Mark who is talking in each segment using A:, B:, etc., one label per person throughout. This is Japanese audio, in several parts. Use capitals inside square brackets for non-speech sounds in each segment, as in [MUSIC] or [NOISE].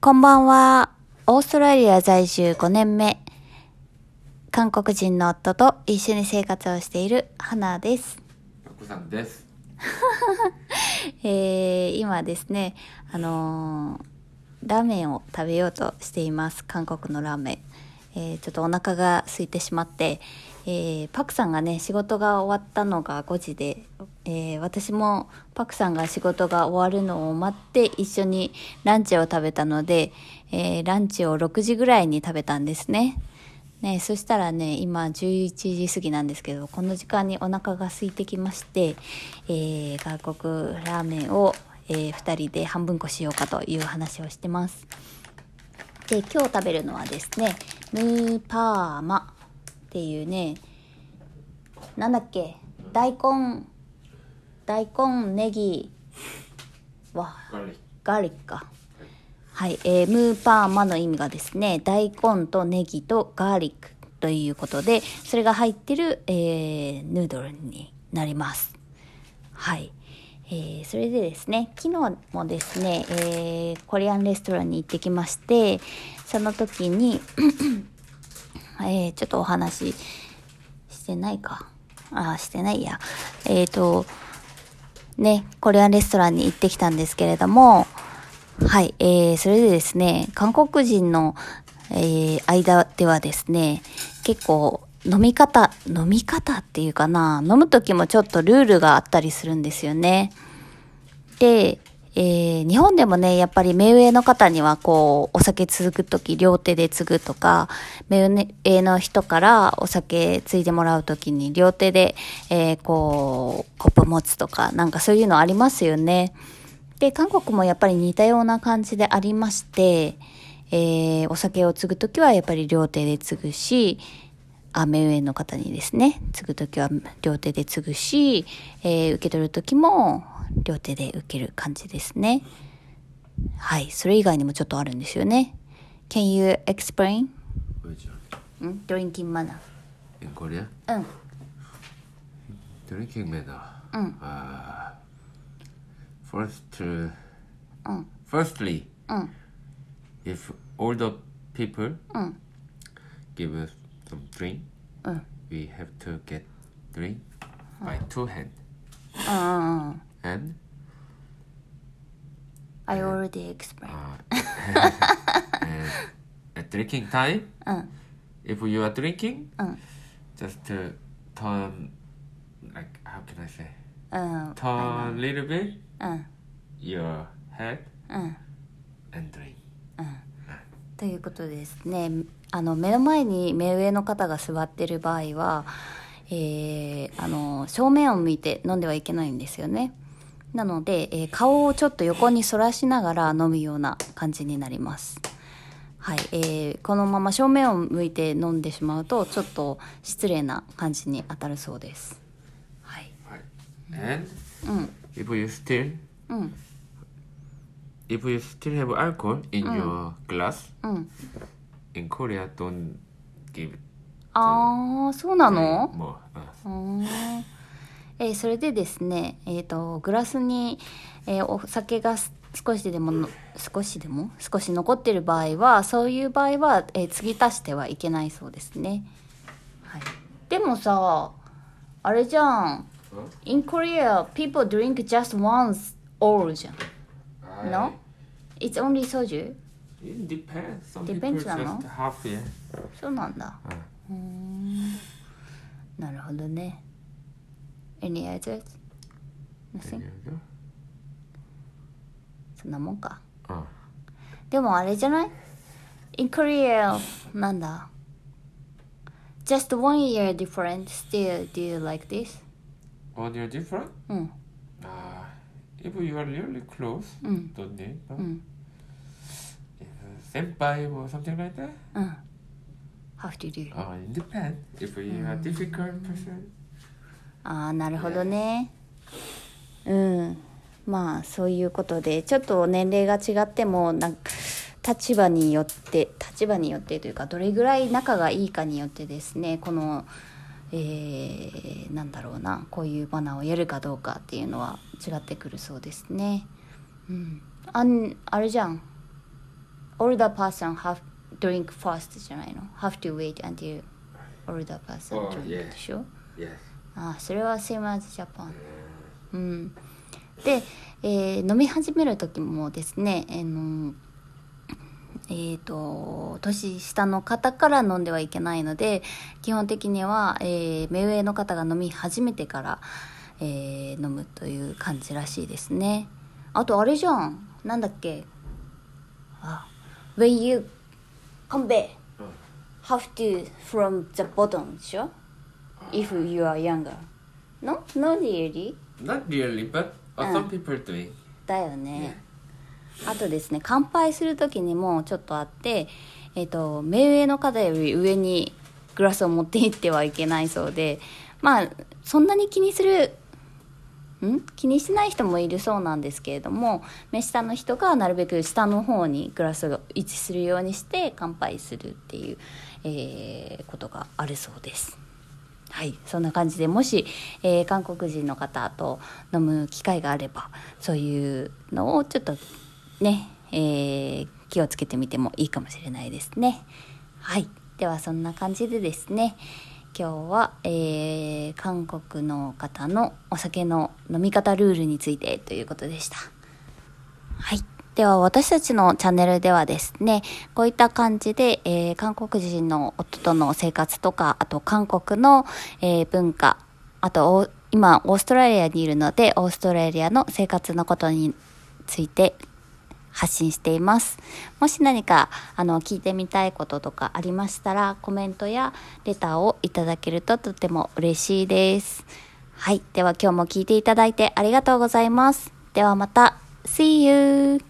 A: こんばんは。オーストラリア在住5年目。韓国人の夫と一緒に生活をしている花です。
B: タコさんです。
A: えー、今ですね、あのーラーメンを食べようとしています。韓国のラーメン。えーちょっとお腹が空いてしまって、えーパクさんがね、仕事が終わったのが5時で、えー私もパクさんが仕事が終わるのを待って一緒にランチを食べたので、えーランチを6時ぐらいに食べたんですね。ね、そしたらね今11時過ぎなんですけどこの時間にお腹が空いてきまして、えー韓国ラーメンを、え2人で半分こしようかという話をしてますで今日食べるのはですねヌーパーマっていうねなんだっけ大根大根ネギわ
B: ガーリック
A: ガーリックか。はい、えームーパーマの意味がですね、大根とネギとガーリックということで、それが入ってる、えーヌードルになります。はい。えーそれでですね、昨日もですね、えーコリアンレストランに行ってきまして、その時に、 [COUGHS] えーちょっとお話ししてないか。あー、してないや。えっ、と、ね、コリアンレストランに行ってきたんですけれども、はい、えー、それでですね、韓国人の、えー、間ではですね、結構飲み方、飲み方っていうかな、飲む時もちょっとルールがあったりするんですよね。で、えー日本でもね、やっぱり目上の方にはこう、お酒続くとき、両手で継ぐとか、目上の人からお酒継いでもらうときに、両手で、えーこう、コップ持つとか、なんかそういうのありますよね。で、韓国もやっぱり似たような感じでありまして、えーお酒を継ぐときはやっぱり両手で継ぐし、あ目上の方にですね、継ぐときは両手で継ぐし、えー受け取るときも両手で受ける感じですね。はい。それ以外にもちょっとあるんですよね。Can you explain?
B: Which one?
A: ん drinking manner.
B: In Korea?
A: うん。
B: Drinking manner.
A: Mm.
B: Uh, first, uh,
A: Mm.
B: firstly,
A: うん。
B: if older people
A: うん。
B: give us some drink,
A: うん。
B: we have to get drink by two hand.
A: うんうんうん。
B: And
A: I already explained.
B: 아, at 네. drinking time, if you are drinking,
A: Mm.
B: just to turn, like, how can I say?
A: うん。 아.
B: Turn a little bit
A: うん。
B: your head
A: うん。
B: and drink.
A: ということですねあの目の前に目上の方が座ってる場合は、えーあの正面を向いて飲んではいけないんですよねなので、えー顔をちょっと横に反らしながら飲むような感じになりますはい、えーこのまま正面を向いて飲んでしまうとちょっと失礼な感じに当たるそうですはい、
B: Right.
A: 음. う
B: And
A: ん、
B: if you still
A: うん、
B: if you still have alcohol in your glass
A: うん。
B: in Korea don't give it
A: ああ、そうなの、
B: more.
A: う
B: Uh,
A: ーんえーそれでですね、えー、とグラスに、えーお酒がす少しでもの少しでも少し残ってる場合はそういう場合は、えー継ぎ足してはいけないそうですね、はい、でもさあれじゃん
B: ん
A: In Korea people drink just once all じゃん No? It's only soju?
B: It depends. Some
A: Depends
B: people
A: on
B: just half yeah.
A: そうなんだうーんなるほどね Any others?
B: There
A: Nothing?
B: you go.
A: そんなもんか
B: Uh,
A: でもあれじゃない ?In Korea なんだ Just one year different still do you like this?
B: on your different.
A: うん。
B: Uh, if you are really close,
A: うん。
B: don't need. No?
A: うん。
B: If, uh, senpai or something like that.
A: うん。Have to do.
B: Uh, it depends. If you are difficult person,
A: ああ、なるほどね。うん。まあそういうことでちょっと年齢が違ってもなんか立場によって立場によってというかどれぐらい仲がいいかによってですねこの、えーなんだろうなこういうマナーをやるかどうかっていうのは違ってくるそうですね。うん、あんあれじゃん older person have drink first じゃないの have to wait until older person
B: Oh,
A: drink
B: yeah.
A: でしょ
B: Yes. Uh,
A: ああそれは same as Japan うんで、えー飲み始める時もですね、あのえー、と年下の方から飲んではいけないので基本的には、えー目上の方が飲み始めてから、えー飲むという感じらしいですねあとあれじゃんなんだっけあ When you come back have to from the bottom でしょ if you are younger no? not really?
B: Not really, but uh, some people doing.
A: だよね、あとですね乾杯する時にもちょっとあって、えっと目上の方より上にグラスを持っていってはいけないそうでまあそんなに気にするん気にしない人もいるそうなんですけれども目下の人がなるべく下の方にグラスが位置するようにして乾杯するっていう、えーことがあるそうです。はい、そんな感じでもし、えー韓国人の方と飲む機会があればそういうのをちょっとね、えー気をつけてみてもいいかもしれないですね。はい、ではそんな感じでですね今日は、えー韓国の方のお酒の飲み方ルールについてということでした。はい。では私たちのチャンネルではですね、こういった感じで、えー韓国人の夫との生活とか、あと韓国の、えー文化、あとお今オーストラリアにいるので、オーストラリアの生活のことについて発信しています。もし何かあの聞いてみたいこととかありましたら、コメントやレターをいただけるととても嬉しいです。はい、では今日も聞いていただいてありがとうございます。ではまた、See you!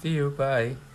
B: See you. Bye.